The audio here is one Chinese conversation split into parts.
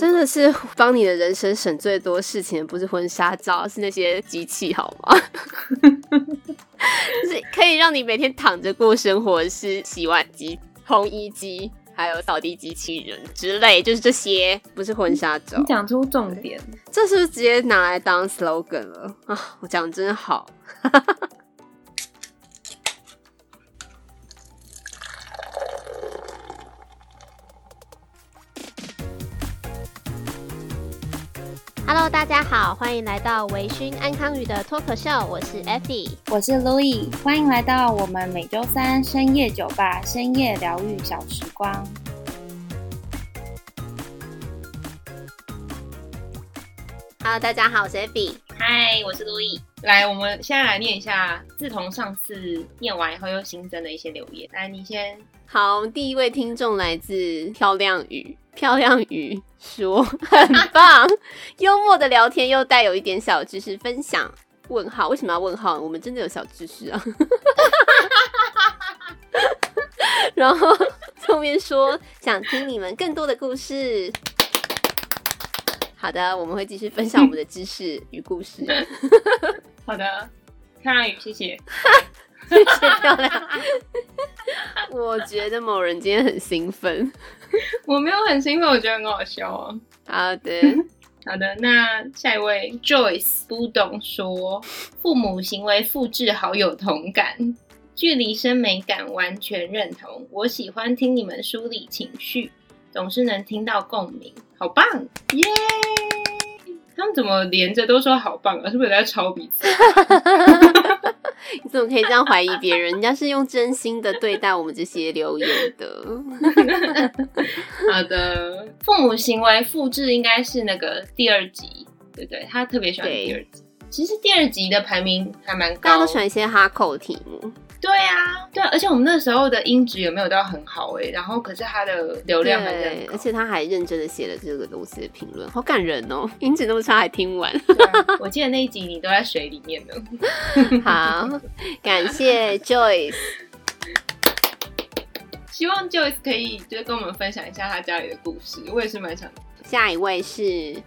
真的是帮你的人生省最多事情的，不是婚纱照，是那些机器，好吗？ 就是可以让你每天躺着过生活，是洗碗机、烘衣机，还有扫地机器人之类，就是这些，不是婚纱照你。讲出重点，这是不是直接拿来当 slogan 了啊？我讲得真好， Hello，大家好，欢迎来到微醺安康鱼的脱口秀，我是 Effie。我是 Louis，欢迎来到我们每周三深夜酒吧深夜疗愈小时光。 Hello，大家好，我是 Effie。嗨，我是路易。来，我们现在来念一下，自从上次念完以后又新增的一些留言。来，你先。好，我们第一位听众来自漂亮鱼，漂亮鱼说很棒，幽默的聊天又带有一点小知识分享。问号为什么要问号？我们真的有小知识啊！ 然后后面说想听你们更多的故事。好的，我们会继续分享我们的知识与故事。好的，漂亮雨，谢谢。谢谢漂亮。我觉得某人今天很兴奋。 我没有很兴奋，我觉得很好笑哦。好的，好的，那下一位 Joyce 不懂说，父母行为复制好有同感，距离生美感完全认同。我喜欢听你们梳理情绪，总是能听到共鸣，好棒，耶、他们怎么连着都说好棒啊？是不是有在抄彼 此？你怎么可以这样怀疑别人？人家是用真心的对待我们这些留言的。好的，父母行为复制应该是那个第二集，对不对？他特别喜欢对第二集。其实第二集的哦排名还蛮大高，家都喜欢一些哈扣题目，对啊，对啊，而且我们那时候的音质也没有到很好哎、然后可是它的流量还是很对，高而且他还认真的写了这个东西的评论，好感人哦！音质那么差还听 完，对 啊我记得那一集你都在水里面呢。 好，感谢 Joyce。希望 Joyce 可以就是跟我们分享一下他家里的故事，我也是蛮想。下一位是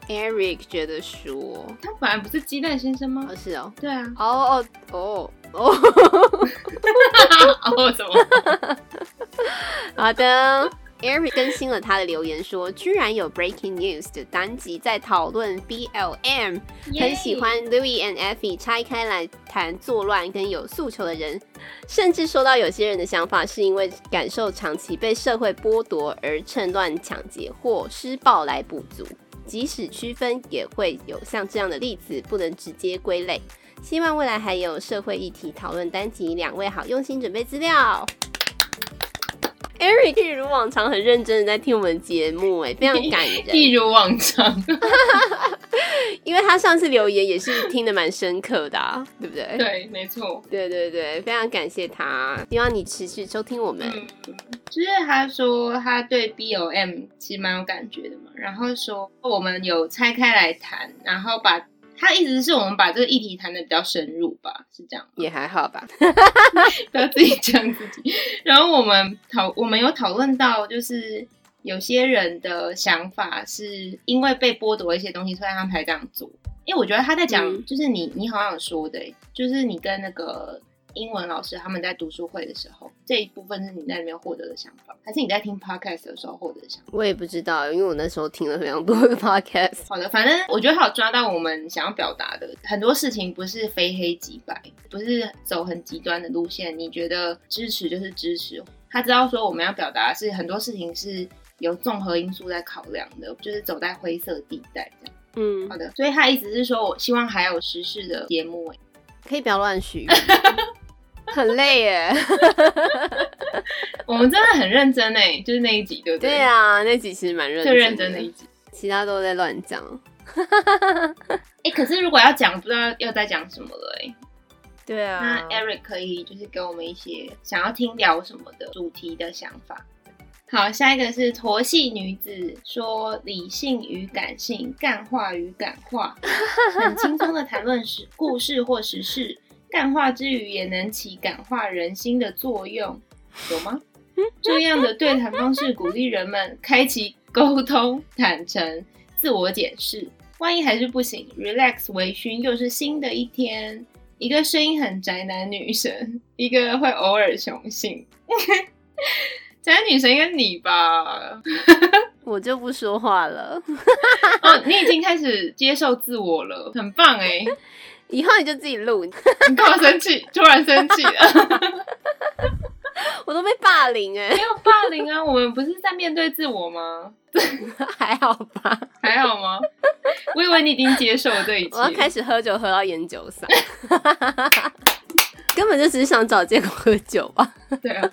Eric，觉得说，他本来不是鸡蛋先生吗哦？是哦，，对啊 哦哦哦哦，哦什么？好的。Eric 更新了他的留言说，居然有 Breaking News 的单集在讨论 BLM，很喜欢 Louis and Effie 拆开来谈作乱跟有诉求的人，甚至说到有些人的想法是因为感受长期被社会剥夺而趁乱抢劫或施暴来补足，即使区分也会有像这样的例子，不能直接归类。希望未来还有社会议题讨论单集，两位好用心准备资料。Eric 一如往常很认真的在听我们节目，哎，非常感人。一如往常。因为他上次留言也是听得蛮深刻的、啊， 对不对？对，没错。对对对，非常感谢他，希望你持续收听我们。嗯，就是他说他对 BOM 其实蛮有感觉的嘛，然后说我们有拆开来谈，然后把他意思是我们把这个议题谈的比较深入吧，是这样吗。也还好吧， 不要自己讲自己。然后我们讨，我们有讨论到，就是有些人的想法是因为被剥夺一些东西，所以他们才这样做。因为我觉得他在讲，嗯就是你你好像有说的欸、就是你跟那个英文老师他们在读书会的时候，这一部分是你在里面获得的想法，还是你在听 podcast 的时候获得的想法？我也不知道，因为我那时候听了非常多的 podcast。好的，反正我觉得他有抓到我们想要表达的很多事情，不是非黑即白，不是走很极端的路线。你觉得支持就是支持，他知道说我们要表达的是很多事情是有综合因素在考量的，就是走在灰色地带这样。嗯好，的，所以他的意思是说我希望还有时事的节目、欸，可以不要乱许 愿，很累耶。我们真的很认真哎、就是那一集对不对对啊，那集其实蛮认最认真真的一集。其他都在乱讲。哎、可是如果要讲，不知道要再讲什么了哎、对啊那 Eric 可以就是给我们一些想要听聊什么的主题的想法。好，下一个是驼系女子说理性与感性，干话与感化，很轻松的谈论时故事或时事，干话之余也能起感化人心的作用，有吗？这样的对谈方式鼓励人们开启沟通、坦诚，自我检视。万一还是不行，relax 微醺又是新的一天。一个声音很宅男女神，一个会偶尔雄性。 宅男女神应该是你吧？我就不说话了，哦，你已经开始接受自我了，很棒哎！以后你就自己录，你干嘛生气？突然生气了？我都被霸凌哎、 没有霸凌啊，我们不是在面对自我吗？ 还好吧？还好吗？我以为你已经接受了这一切我。要开始喝酒，喝到研究生， 根本就只是想找借口喝酒吧。对啊，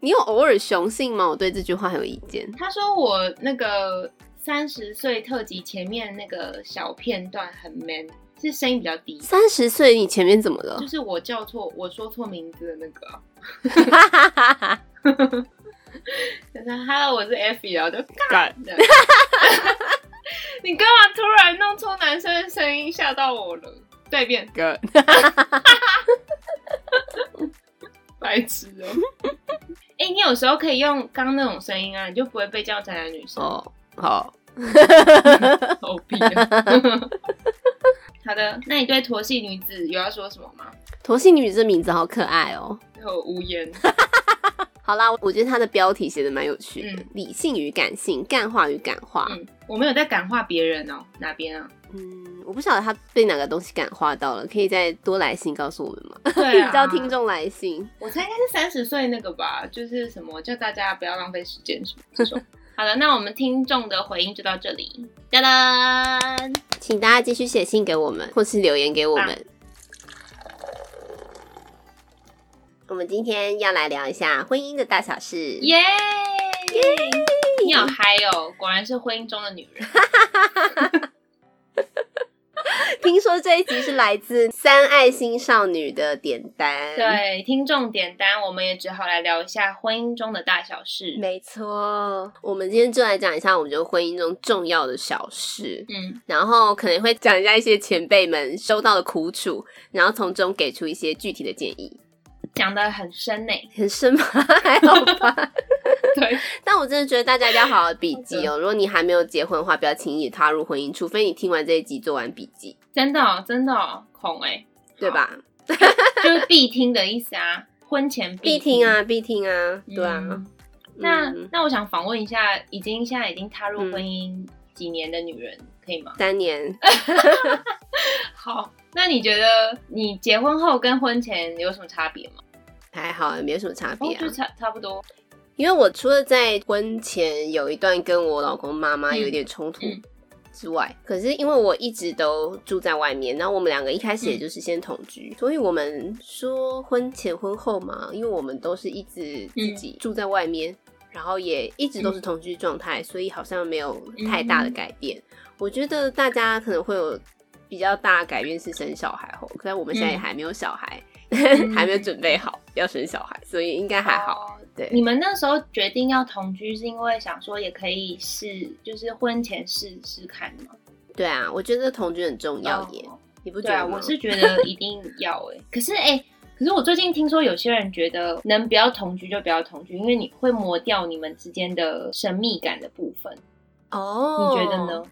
你有偶尔雄性吗？我对这句话很有意见。他说我那个三十岁特辑前面那个小片段很 man，是声音比较低，三十岁，你前面怎么了就？是我叫错，我说错名字的那个啊。就是 Hello，我是 Effie，然后就干。这样你干嘛突然弄出男生的声音，吓到我了？对面哥，白痴哦、哎、你有时候可以用刚那种声音啊，你就不会被叫宅男女生。哦，好，好屁啊、 好的，那你对驼系女子有要说什么吗？驼性女这名字好可爱哦。我无言。好啦，我觉得它的标题写的蛮有趣的，嗯理性与感性，干话与感化。嗯，我没有在感化别人哦，哪 边啊？嗯，我不晓得他被哪个东西感化到了，可以再多来信告诉我们吗？对 啊，叫听，众来信。我猜应该是三十岁那个吧，就是什么叫大家不要浪费时间什么这 种。好的，那我们听众的回应就到这里。哒哒，请大家继续写信给我们，或是留言给我们。我们今天要来聊一下婚姻的大小事。耶耶！你好嗨哦，果然是婚姻中的女人。 听说这一集是来自三爱心少女的点单，，对，听众点单，我们也只好来聊一下婚姻中的大小事。没错。我们今天就来讲一下我们觉得婚姻中重要的小事，嗯，然后可能会讲一下一些前辈们收到的苦楚，然后从中给出一些具体的建议。讲的很 深呢、很深吗？还好吧。对，但我真的觉得大家一定要好好笔记哦。如果你还没有结婚的话，不要轻易踏入婚姻，除非你听完这一集做完笔记，真的、哦、真的、哦、恐哎、对吧？就是必听的意思啊，婚前必听听，啊，必听啊，对啊。嗯那、嗯那我想访问一下，已经现在已经踏入婚姻几年的女人，可 以吗？三年，好，那你觉得你结婚后跟婚前有什么差别吗？还好，没有什么差哦别，啊就。差差不多。因为我除了在婚前有一段跟我老公妈妈有一点冲突嗯之外，可是因为我一直都住在外面，然后我们两个一开嗯始也就是先同居，所以我们说婚前婚后嘛，因为我们都是一直自嗯己住在外面，然后也一直都是同居状态，所以好像没有嗯太大的改变。我觉得大家可能会有比较大的改变是生小孩后，可是我们现在也嗯还没有小孩， 还没有准备好要生小孩，所以应该还好。哦对，你们那时候决定要同居，是因为想说也可以试，就是婚前试试看嘛。对啊，我觉得同居很重要耶，哦你不觉对得啊，吗？我是觉得一定要哎、 可是哎、可是我最近听说有些人觉得能不要同居就不要同居，因为你会磨掉你们之间的神秘感的部分，哦，你觉得呢？？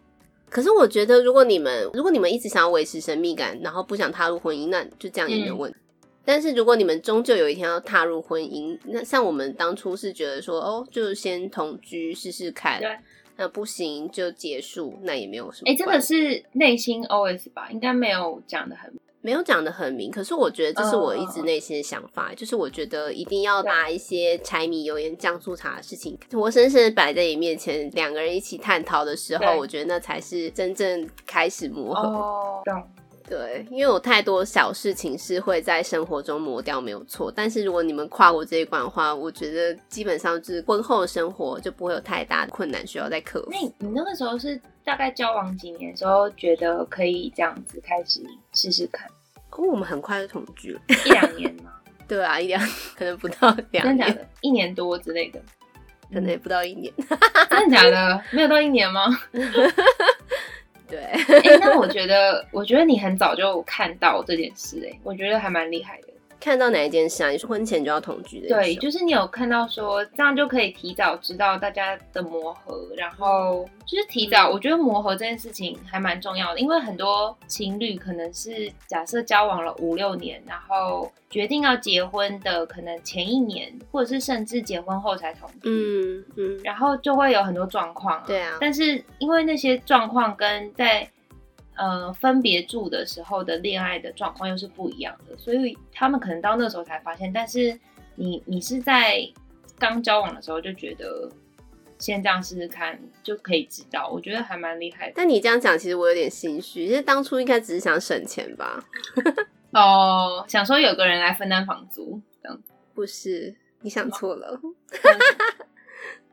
可是我觉得，如果你们如果你们一直想要维持神秘感，然后不想踏入婚姻，那就这样也没嗯有问题。但是如果你们终究有一天要踏入婚姻，那像我们当初是觉得说，哦，就先同居试试看对，那不行就结束，那也没有什么关哎、系。真的是内心 OS 吧，应该没有讲的很没有讲的很明，可是我觉得这是我一直嗯内心的想法，就是我觉得一定要把一些柴米油盐酱醋茶的事情活生生地摆在你面前，两个人一起探讨的时候，对我觉得那才是真正开始磨合。哦，懂，对，因为有太多小事情是会在生活中磨掉，没有错。但是如果你们跨过这一关的话，我觉得基本上就是婚后的生活就不会有太大的困难需要再克服那。你你那个时候是大概交往几年的时候，觉得可以这样子开始试试看，哦，我们很快就同居了。 一两年 吗？对啊，一两可能不到两真的假嗯年，的？一年多之类的？嗯可能也不到一年。 真的假的？没有到一年 吗？对。哎、那我觉得，我觉得你很早就看到这件事、欸，哎，我觉得还蛮厉害的。看到哪一件事啊？你说婚前就要同居的意思哦？对，就是你有看到说这样就可以提早知道大家的磨合，然后就是提早，我觉得磨合这件事情还蛮重要的，因为很多情侣可能是假设交往了五六年，然后决定要结婚的，可能前一年或者是甚至结婚后才同居，嗯嗯，然后就会有很多状况、啊。对啊，但是因为那些状况跟在呃分别住的时候的恋爱的状况又是不一样的，所以他们可能到那时候才发现。但是你你是在刚交往的时候就觉得先这样试试看就可以知道，我觉得还蛮厉害的。但你这样讲，其实我有点心虚，其实当初应该只是想省钱吧？哦，想说有个人来分担房租，这样不是，你想错了。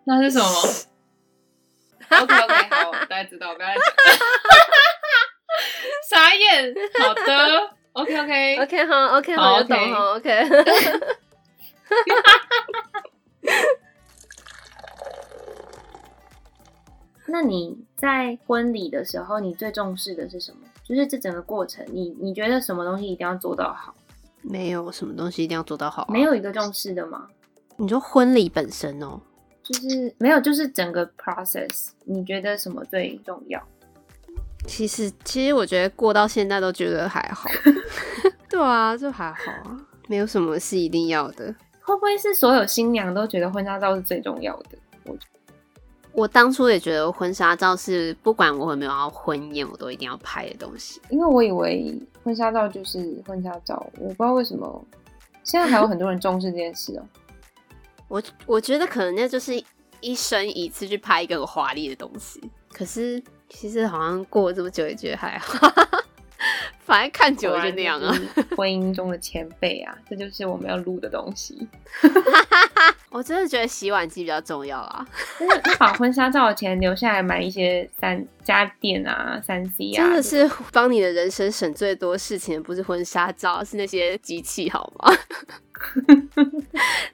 那 是什么？OK OK，好，大家知道，不要再讲。 傻眼，好的，OK OK， OK 哈，OK 哈，我好懂 OK 哈，OK。那你在婚礼的时候，你最重视的是什么？就是这整个过程，你你觉得什么东西一定要做到好？ 没有什么东西一定要做到好、啊没，有一个重视的吗？你说婚礼本身哦，就是没有，就是整个 process，你觉得什么最重要？其实其实我觉得过到现在都觉得还好。 对啊，就还好啊，没有什么是一定要的。会不会是所有新娘都觉得婚纱照是最重要的？我当初也觉得婚纱照是不管我有没有要婚宴，我都一定要拍的东西。因为我以为婚纱照就是婚纱照，我不知道为什么现在还有很多人重视这件事哦、我我觉得可能那就是一生一次去拍一个华丽的东西。可是其实好像过了这么久也觉得还好， 反正看久了 就那样啊。，婚姻中的前辈啊，这就是我们要录的 东西。我真的觉得洗碗机比较重要啊，那那把婚纱照的钱留下来买一些三家电啊、三 C 啊，真的是帮你的人生省最多事情的不是婚纱照，是那些机器好吗？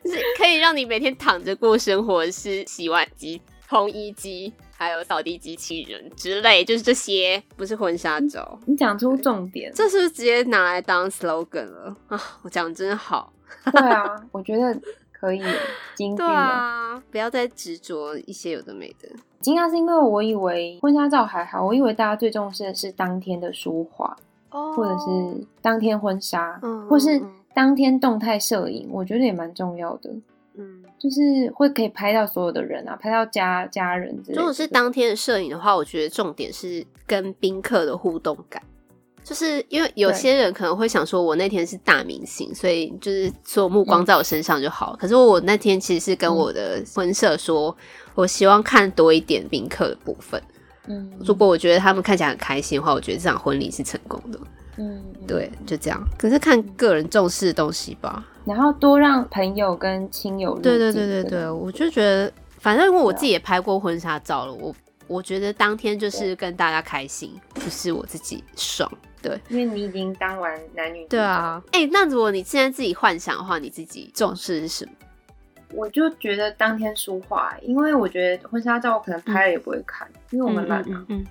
就是可以让你每天躺着过生活的是洗碗机、烘衣机，还有扫地机器人之类，就是这些，不是婚纱照。你讲出重点。这是不是直接拿来当 slogan 了啊！我讲得真好，对啊，我觉得 可以精进对啊。啊，不要再执着一些有的没的。惊讶是因为我以为婚纱照还好，我以为大家最重视的是当天的梳化，哦或者是当天婚纱，嗯或是嗯嗯当天动态摄影，我觉得也蛮重要的。嗯，就是会可以拍到所有的人啊，拍到家家人之类的。如果是当天的摄影的话，我觉得重点是跟宾客的互动感，就是因为有对些人可能会想说，我那天是大明星，所以就是所有目嗯光在我身上就好。可是我那天其实是跟我的婚摄说，我希望看多一点宾客的部分。嗯如果我觉得他们看起来很开心的话，我觉得这场婚礼是成功的。嗯，嗯对，就这样。可是看个人重视的东西吧。然后多让朋友跟亲友入对对境对对这对，种我就觉得，反正因为我自己也拍过婚纱照了，我我觉得当天就是跟大家开心，不是我自己爽。对因为你已经当完男女主对角啊，哎、那如果你现在自己幻想的话，你自己重视是什么？我就觉得当天梳化欸，因为我觉得婚纱照我可能拍了也不会看，因为我们懒嘛，嗯嗯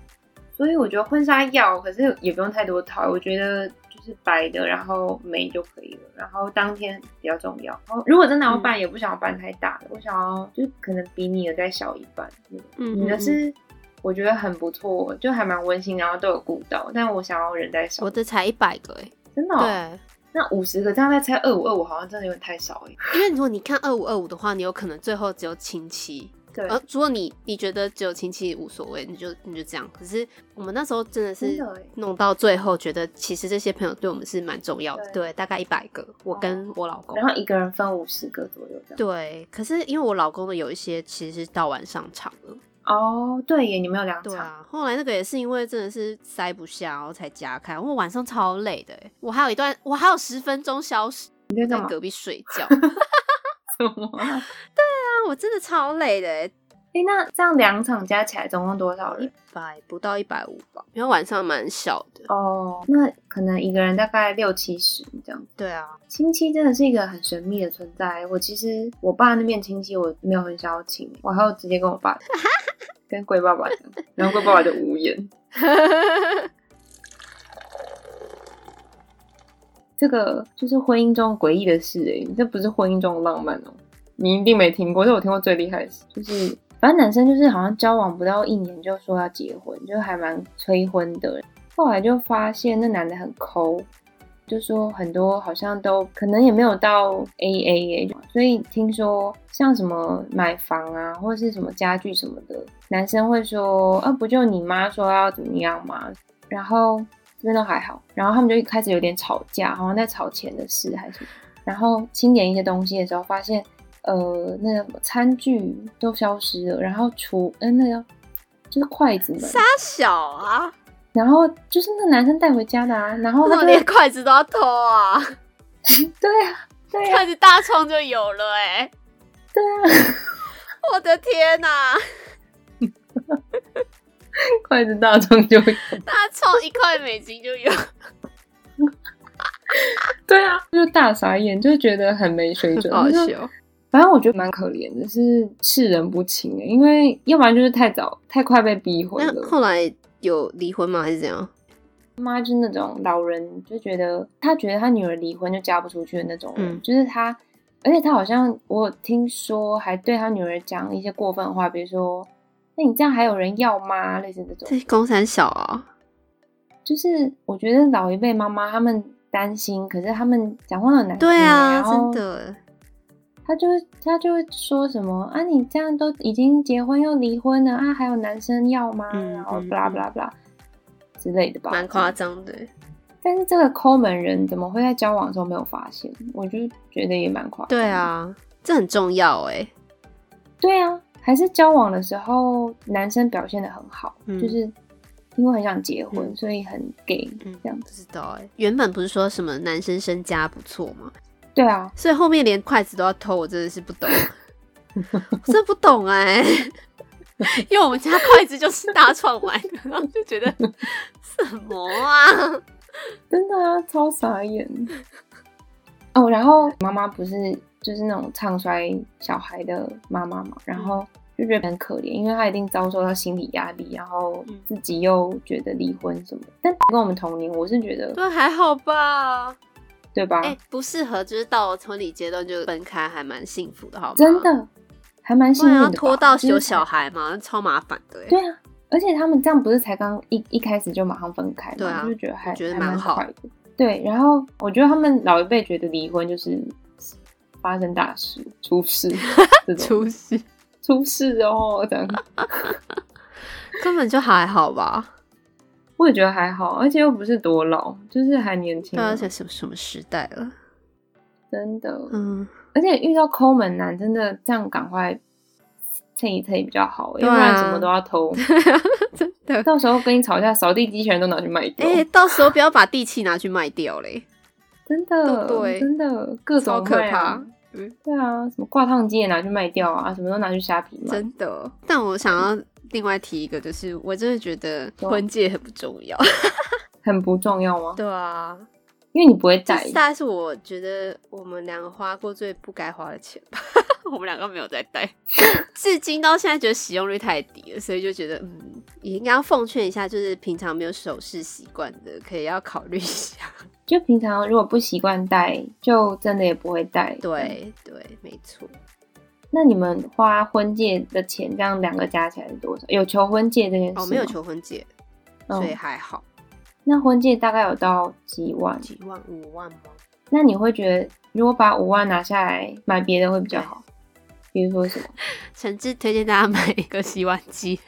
所以我觉得婚纱要，可是也不用太多套，我觉得就是白的，然后美就可以了，然后当天比较重要。然后如果真的要嗯办，也不想要办太大的，我想要就是可能比你的再小一半。嗯你的嗯是我觉得很不错，就还蛮温馨，然后都有顾到，但我想要人再少我，的才一百个哎、真的哦、对。那五十个这样再拆二五二五，好像真的有点太少哎、因为如果你看二五二五的话，你有可能最后只有亲戚，对，呃，如果你你觉得只有亲戚无所谓，你就你就这样。可是我们那时候真的是真的欸弄到最后，觉得其实这些朋友对我们是蛮重要的。对嗯对，大概一百个，我跟我老公。然后一个人分五十个左右这样。对，可是因为我老公的有一些其实是到晚上场了。哦，对耶，你们有两对场，啊，后来那个也是因为真的是塞不下，然后才加开。我晚上超累的欸，我还有一段，我还有十分钟消失，你在在干嘛？隔壁睡 觉。啊，什么 啊？我真的超累的欸，哎，那这样两场加起来总共多少人？百不到一百五吧，因为晚上蛮小的。哦，那可能一个人大概六七十这样。对啊，亲戚真的是一个很神秘的存在。我其实我爸那边亲戚我没有很想要请，我还要直接跟我 爸跟龟爸爸讲，然后龟爸爸就 无言。这个就是婚姻中诡异的事哎、这不是婚姻中的浪漫哦、你一定没听过，这我听过最厉害的事，就是反正男生就是好像交往不到一年就说要结婚，就还蛮催婚的。后来就发现那男的很抠，就说很多好像都可能也没有到 A A A，所以听说像什么买房啊，或者是什么家具什么的，男生会说啊，不就你妈说要怎么样嘛，然后这边都还好，然后他们就开始有点吵架，好像在吵钱的事还是什么，然后清点一些东西的时候发现，呃，那个什么餐具都消失了，然后厨，嗯、那个就是筷子们，沙小啊，然后就是那男生带回家的啊，然后怎他么就连筷子都要偷啊？ 对啊，对啊，筷子大创就有了哎、 对啊，我的天哪、筷子大众就有大创一块美金就有，对啊， 就大傻眼，就觉得很没水 准，好就笑。哦反正我觉得蛮可怜的，是世人不清的，因为要不然就是太早太快被逼婚那了。后来有离婚吗？还是怎样？妈就是那种老人，就觉得他觉得他女儿离婚就嫁不出去的那种人，嗯就是他，而且他好像我有听说还对他女儿讲一些过分的话，比如说。那你这样还有人要吗？类似这种，这公三小啊，就是我觉得老一辈妈妈他们担心，可是他们讲话很难听对啊，然后真的，他就会他就会说什么啊，你这样都已经结婚又离婚了啊，还有男生要吗？嗯然后嗯 blah blah blah 之类的吧，蛮夸。张的。但是这个抠门人怎么会在交往的时候没有发现？我就觉得也蛮夸张。对，啊，这很重要哎、对啊，还是交往的时候男生表现的很好，嗯就是因为很想结婚，嗯所以很 gay 嗯这样不子。知道哎、原本不是说什么男生身家不错吗？对啊，所以后面连筷子都要偷，我真的是不懂， 我真的不懂哎、 因为我们家筷子就是大创玩的，然后就觉得什么啊？真的啊，超 傻眼。哦，然后妈妈不是就是那种唱衰小孩的妈妈嗯嘛，然后就觉得很可怜，因为她一定遭受到心理压力，然后嗯自己又觉得离婚什么的。但跟我们同龄，我是觉得对，啊还好吧。对吧？哎、不适合，就是到了婚礼阶段就分开，还蛮幸福的，好吗？真，的还蛮不幸运然的要吧，拖到就是有小孩嘛，超麻烦的欸。对啊，而且他们这样不是才刚一一开始就马上分开嘛，对啊就是觉得还我觉得还蛮蛮好快的。对，然后我觉得他们老一辈觉得离婚就是发生大事、出 事这种出事出事 哦，这样。根本就还好吧？我也觉得还好，而且又不是多老，就是还年轻对啊、啊，而且什么什么时代了？真的，嗯，而且遇到抠门男，真的这样赶快蹭一蹭比较好，欸对要啊不然什么都要偷。 真的。到时候跟你吵架，扫地机器人都拿去卖掉，哎、到时候不要把地契拿去卖掉嘞，真的，对不对真的各超种可卖啊怕。嗯，对啊，什么挂烫机也拿去卖掉啊，什么都拿去虾皮卖。真的。但我想要另外提一个，就是我真的觉得对啊婚戒很不重要。很不重要吗？ 对啊，因为你不会这戴，是大概是我觉得我们两个花过最不该花的钱吧。 我们两个没有在带， 至今到现在觉得使用率太低了，所以就觉得嗯，也应该要奉劝一下，就是平常没有首饰习惯的，可以要考虑一下。就平常如果不习惯戴，就真的也不会戴。，对 对，没错。那你们花婚戒的钱，这样两个加起来是多少？有求婚戒这件事吗哦，没有，求婚戒，嗯所以还好，那婚戒大概有到几万？几万五万吗？那你会觉得，如果把五万拿下来买别的会比较好？比如说什么？诚挚推荐大家买一个洗碗机，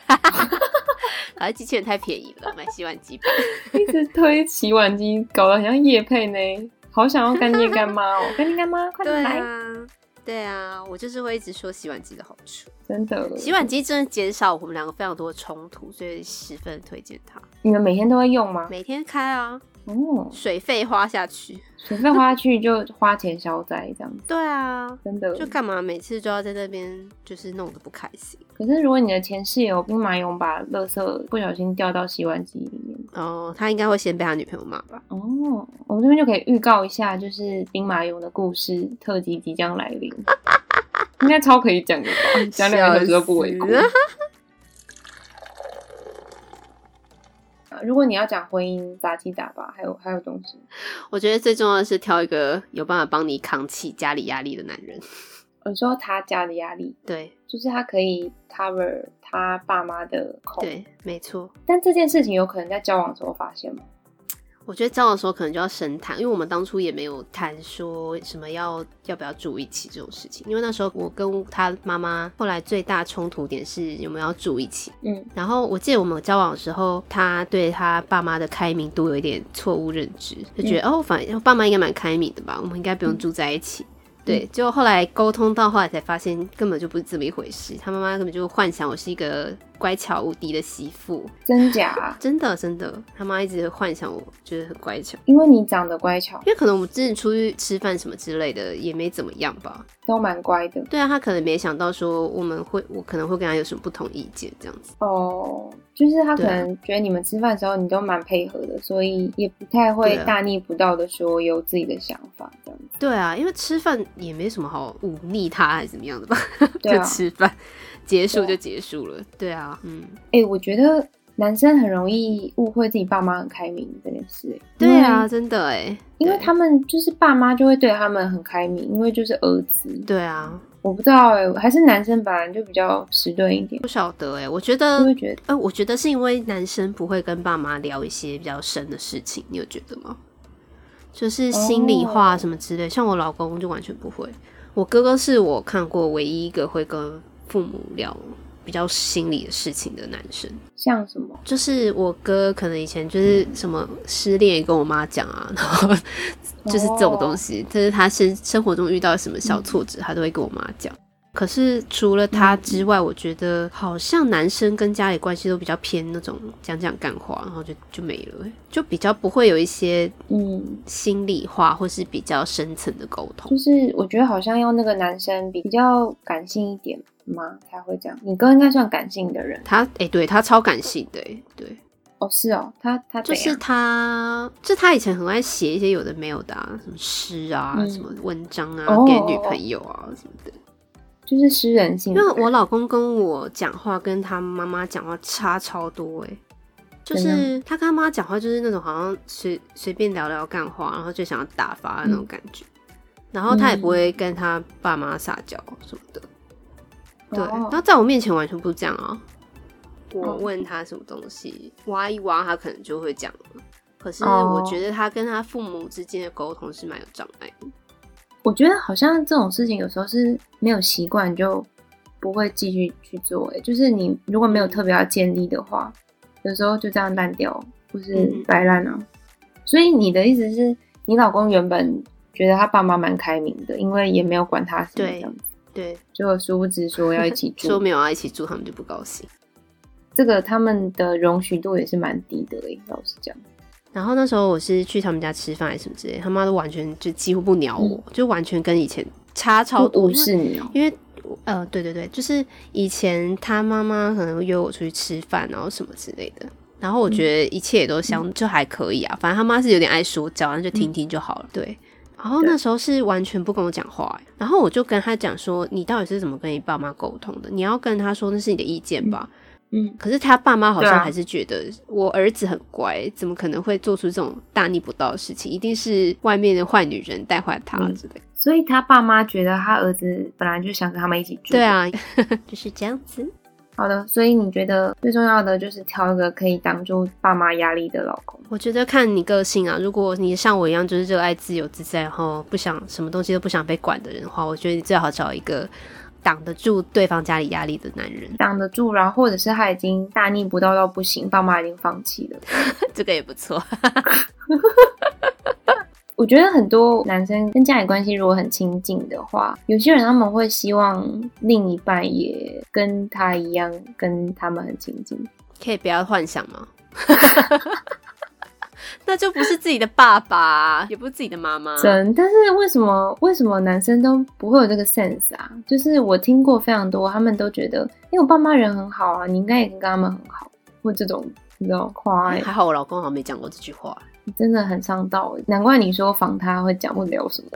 而机器人太便宜了，买洗碗机吧。 一直推洗碗机，搞得很像叶配呢。好想要干爹干妈 哦，干爹干妈，快点对来！啊，对啊，我就是会一直说洗碗机的好处。真的，洗碗机真的减少我们两个非常多的冲突，所以十分推荐它。你们每天都会用吗？每天开啊，哦，水费花下去。水费花去就花钱消灾这样子，对啊，真的。就干嘛每次就要在那边就是弄得不开心可是如果你的前室友兵马俑把垃圾不小心掉到洗碗机里面，哦。他应该会先被他女朋友骂吧？哦，我们这边就可以预告一下，就是兵马俑的故事特辑即将来临， 应该超可以讲的吧？讲两个小时都不为过。笑死啊如果你要讲婚姻杂七杂八，还有还有东西， 我觉得最重要的是挑一个有办法帮你扛起家里压力的男人。我说他家的压力，对就是他可以 cover 他爸妈的空。对，没错。但这件事情有可能在交往的时候发现吗？我觉得交往的时候可能就要深谈，因为我们当初也没有谈说什么要要不要住一起这种事情。因为那时候我跟他妈妈后来最大冲突点是有没有要住一起。嗯，然后我记得我们交往的时候，他对他爸妈的开明度有一点错误认知，就觉得、哦，反正爸妈应该蛮开明的吧，我们应该不用住在一起。对，结果后来沟通到后来才发现，根本就不是这么一回事。他妈妈根本就幻想我是一个乖巧无敌的媳妇，真假啊？真的真的，他妈一直幻想我觉得很乖巧，因为你长得乖巧，因为可能我们之前出去吃饭什么之类的也没怎么样吧。都蛮乖的对啊，他可能没想到说我们会，我可能会跟他有什么不同意见这样子。哦。就是他可对啊能觉得你们吃饭的时候你都蛮配合的，所以也不太会对啊大逆不道的说有自己的想法 这样子。对啊，因为吃饭也没什么好忤逆他还是怎么样的吧，对 啊就吃饭结束就对结束了。对啊，嗯，哎、我觉得男生很容易误会自己爸妈很开明这件事、欸。对啊，因为，真的哎，因为对他们就是爸妈就会对他们很开明，因为就是儿子。对啊，我不知道哎、还是男生本来就比较迟钝一点不，晓得哎，我觉得就会觉得呃，我觉得是因为男生不会跟爸妈聊一些比较深的事情，你有觉得吗？就是心里话什么之类，像我老公就完全不会。我哥哥是我看过唯一一个会跟父母聊比较心里的事情的男生。像什么就是我哥可能以前就是什么失恋也跟我妈讲啊， 然后就是这种东西，就是他生生活中遇到什么小挫折，他都会跟我妈讲。可是除了他之外，我觉得好像男生跟家里关系都比较偏那种讲讲干话，然后就就没了欸，就比较不会有一些嗯。心里话或是比较深层的沟通。就是我觉得好像要那个男生比比较感性一点嘛，才会这样。你哥应该算感性的人他哎、对他超感性的、欸，对，哦，是哦，他他就怎样是他，就他以前很爱写一些有的没有的、啊，什么诗啊、嗯什么文章啊，哦给女朋友啊什么的。就是诗人性因的人，为我老公跟我讲话跟他妈妈讲话差超多哎、就怎是他跟他妈讲话就是那种好像随随便聊聊干话，然后就想要打发嗯的那种感觉。然后他也不会跟他爸妈撒娇什么的，对。哦然后在我面前完全不这样啊。我问他什么东西，挖一挖，他可能就会讲了。可是我哦觉得他跟他父母之间的沟通是蛮有障碍的。我觉得好像这种事情有时候是没有习惯就不会继续去做、欸，就是你如果没有特别要建立的话，有时候就这样烂掉，或是嗯嗯白烂啊。所以你的意思是你老公原本觉得他爸妈蛮开明的，因为也没有管他什么对这样子，对，结果殊不知说要一 起说住，没有要一起住，他们就不高兴。这个他们的容许度也是蛮低的、欸，老实讲。然后那时候我是去他们家吃饭还是什么之类，他妈都完全就几乎不鸟我，就完全跟以前差超不多。嗯无视你哦、因为我呃，对对对，就是以前他妈妈可能会约我出去吃饭，然后什么之类的。然后我觉得一切也都相、就还可以啊，反正他妈是有点爱说教，那就听听就好了。对。然后那时候是完全不跟我讲话欸、然后我就跟他讲说，你到底是怎么跟你爸妈沟通的？你要跟他说那是你的意见吧，嗯，可是他爸妈好对像啊还是觉得我儿子很乖，怎么可能会做出这种大逆不道的事情？一定是外面的坏女人带坏他嗯之类的。所以他爸妈觉得他儿子本来就想跟他们一起住，对。 啊，就是这样子。好的，所以你觉得最重要的就是挑一个可以挡住爸妈压力的老公。我觉得看你个性啊，如果你像我一样就是热爱自由自在，然后不想什么东西都不想被管的人的话，我觉得你最好找一个挡得住对方家里压力的男人，挡得住，然后或者是他已经大逆不道到不行，爸妈已经放弃了。 这个也不错。我觉得很多男生跟家里关系如果很亲近的话，有些人他们会希望另一半也跟他一样，跟他们很亲近。可以不要幻想吗？ 那就不是自己的爸爸啊、也不是自己的妈妈啊、真，但是为什么为什么男生都不会有这个 sense 啊？就是我听过非常多，他们都觉得，因为我爸妈人很好啊，你应该也跟他们很好，或这种你知道夸、欸，还好我老公好像没讲过这句话。真的很伤到欸，难怪你说防他会讲不了什么。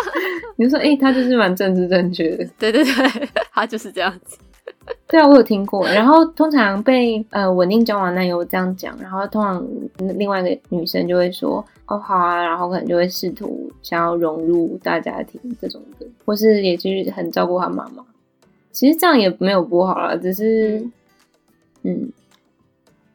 你就说，哎、他就是蛮政治正确的， 对对对，他就是这样子。对啊，我有听过。然后通常被呃稳定交往男友这样讲，然后通常另外一个女生就会说：“哦，好啊。”然后可能就会试图想要融入大家庭这种的，或是也去很照顾他妈妈。其实这样也没有不好啦，只是嗯，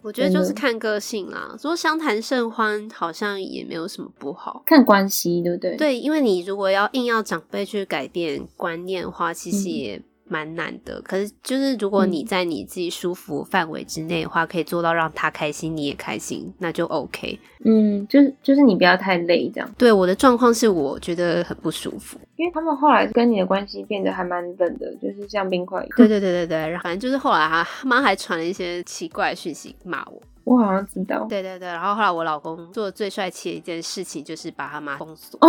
我觉得就是看个性啦。说相谈甚欢好像也没有什么不好。看关系，对不对？对，因为你如果要硬要长辈去改变观念的话，其实也蛮难的。可是就是如果你在你自己舒服范围之内的话，可以做到让他开心，你也开心，那就 OK。嗯，就是就是你不要太累这样。对我的状况是，我觉得很不舒服。因为他们后来跟你的关系变得还蛮冷的，就是像冰块一样。对 对对对对，然后反正就是后来他妈还传了一些奇怪的讯息骂我。我好像知道对对对，然后后来我老公做的最帅气的一件事情就是把他妈封锁。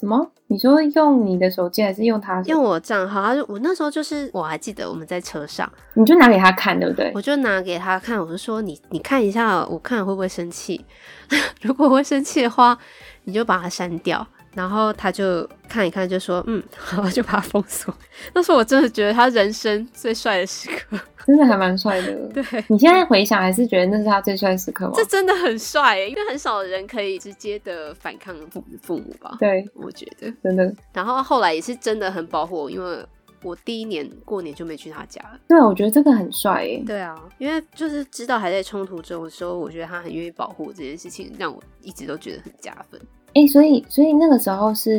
什么？你说用你的手机还是用他手机？用我账号，他就我那时候就是我还记得我们在车上，你就拿给他看，对不对？我就拿给他看，我就说你你看一下，我看了会不会生气？ 如果会生气的话，你就把它删掉。然后他就看一看，就说嗯，好，就把它封锁。 那时候我真的觉得他人生最帅的时刻， 真的还蛮帅的。对，你现在回想，还是觉得那是他最帅的时刻吗这？真的很帅耶，因为很少人可以直接的反抗父父母吧，对，我觉得。真的，然后后来也是真的很保护我，因为我第一年过年就没去他家了。对，啊我觉得这个很帅耶。对啊，因为就是知道还在冲突中的时候，我觉得他很愿意保护我这件事情，让我一直都觉得很加分。哎、所以所以那个时候是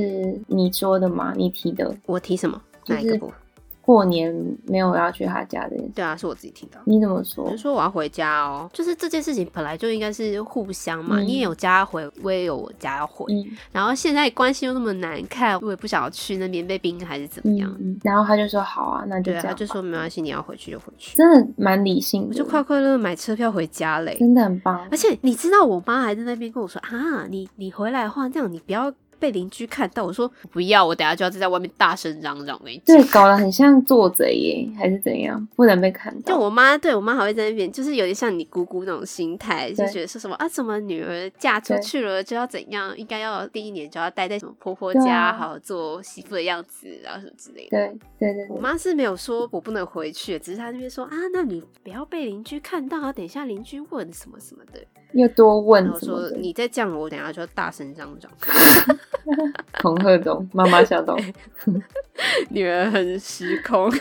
你说的吗？你提的我提什么？就哪一个是部分？过年没有要去他家这件事，对啊，是我自己提到。你怎么说我就？说我要回家哦，就是这件事情本来就应该是互相嘛，嗯你也有家要回，我也有我家要回，嗯然后现在关系又那么难看，我也不想要去那边被冰还是怎么嗯样，嗯，然后他就说好啊，那就对这啊，样吧。他就说没关系，你要回去就回去，真的蛮理性我的，就快快乐乐买车票回家嘞。真的很棒而。且你知道，我妈还在那边跟我说啊，你你回来的话，这样你不要被邻居看到。我说不要，我等下就要在外面大声嚷嚷。我跟你讲对，，搞得很像做贼耶，还是怎样？不能被看就到。我妈对我妈还会在那边，就是有点像你姑姑那种心态，就对觉得说什么啊，怎么女儿嫁出对去了就要怎样，应该要第一年就要待在什么婆婆对啊家，好好做媳妇的样子，然后什么之类的。对对对我对，妈是没有说我不能回去，只是她那边说啊，那你不要被邻居看到啊，等一下邻居问什么什么的。又多问然后什么说的，你再这样，我等一下就要大声嚷嚷。恐吓中，妈妈 笑中，女儿很失控。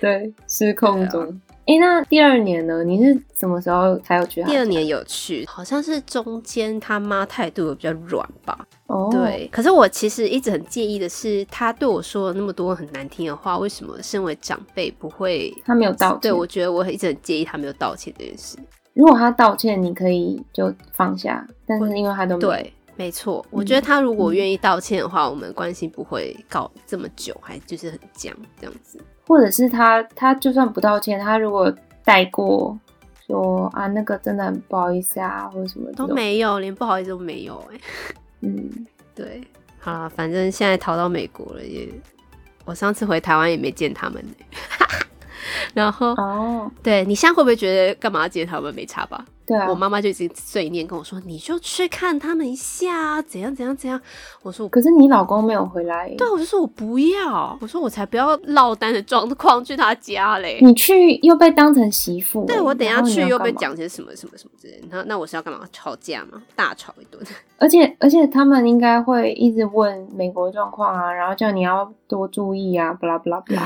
对，失啊控中。哎、那第二年呢？你是什么时候才有去 他？第二年有去，好像是中间他妈态度比较软吧。哦，，对，可是我其实一直很介意的是，他对我说了那么多很难听的话，为什么身为长辈不会？他没有道歉。对，我觉得我一直很介意他没有道歉这件事。如果他道歉，你可以就放下，但是因为他都没有，对，没错，我觉得他如果愿意道歉的话，我们关系不会搞这么久，还就是很僵这样子。或者是他他就算不道歉，他如果带过说啊那个真的很不好意思啊，或者什么这都种，没有，连不好意思都没有、哎。嗯，对，好啦，反正现在逃到美国了，也我上次回台湾也没见他们、 然后，哦，对你现在会不会觉得干嘛要见他们没差吧？对啊我，妈妈就一直碎念跟我说，你就去看他们一下啊，怎样怎样怎样。我说我可是你老公没有回来，对啊，我就说我不要，我说我才不要落单的状况去他家嘞。你去又被当成媳妇，对，我等一下嗯然后你去要又被干嘛，讲些什么什么什么之类的，那那我是要干嘛？吵架吗？大吵一顿？而且而且他们应该会一直问美国状况啊，然后叫你要多注意啊，不啦不啦不啦，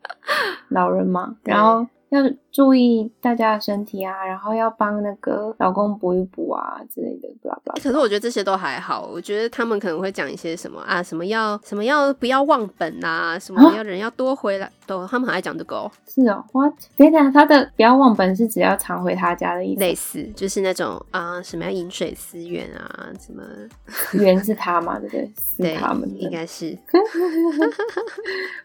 老人嘛，对然后要注意大家的身体啊，然后要帮那个老公补一补啊之类的，不啦不啦，可是我觉得这些都还好，我觉得他们可能会讲一些什么啊，什么要什么要不要忘本啊，什么啊要人要多回来，都他们很爱讲这个、哦，是哦，what？等一下他的不要忘本是只要常回他家的意类思，似就是那种啊，什么要饮水思源啊，什么原是他嘛，对 不对？对是嗯他们，，应该 是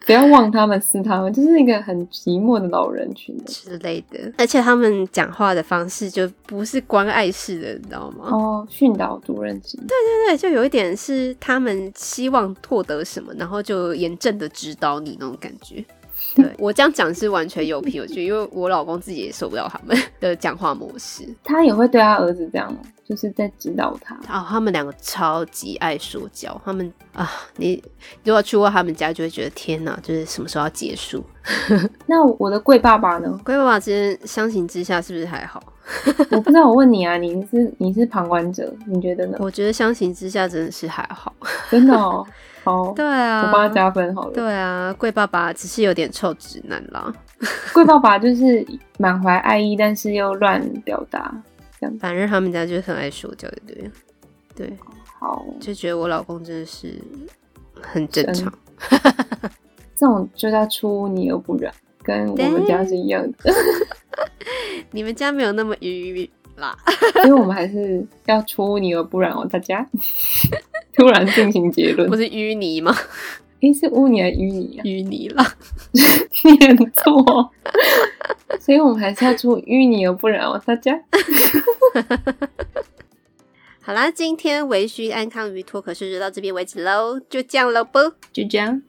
不要忘他们，是他们，就是一个很寂寞的老人群的。之类的。而且他们讲话的方式就不是关爱式的，你知道吗？哦，训导主任级，对，对，就有一点是他们希望获得什么，然后就严正的指导你那种感觉。对我这样讲是完全有凭有据，因为我老公自己也受不了他们的讲话模式。他也会对他儿子这样吗？就是在指导他。哦，他们两个超级爱说教，他们啊，你如果去过他们家，就会觉得天哪，就是什么时候要结束？那我的贵爸爸呢？龟爸爸之间相形之下是不是还好？我不知道，我问你啊，你是你是旁观者，你觉 得呢？我觉得相形之下真的是还好。真的哦，好，对啊，我帮他加分好了。对啊，贵爸爸只是有点臭直男啦，贵爸爸就是满怀爱意，但是又乱表达。反正他们家就很爱说教，对对了对，好，就觉得我老公真的是很正常。这种就叫出污泥而不染，跟我们家是一样 的，你们家没有那么愚啦，所以我们还是要出污泥而不染哦，大家。 突然进行结论不，是淤泥吗？诶，是污泥还是淤泥啊？淤泥啦，念错， 所以我们还是要出淤泥而不染哦，大家。好啦，今天微醺安康鱼脱口秀就到这边为止喽，就这样喽不。就这样。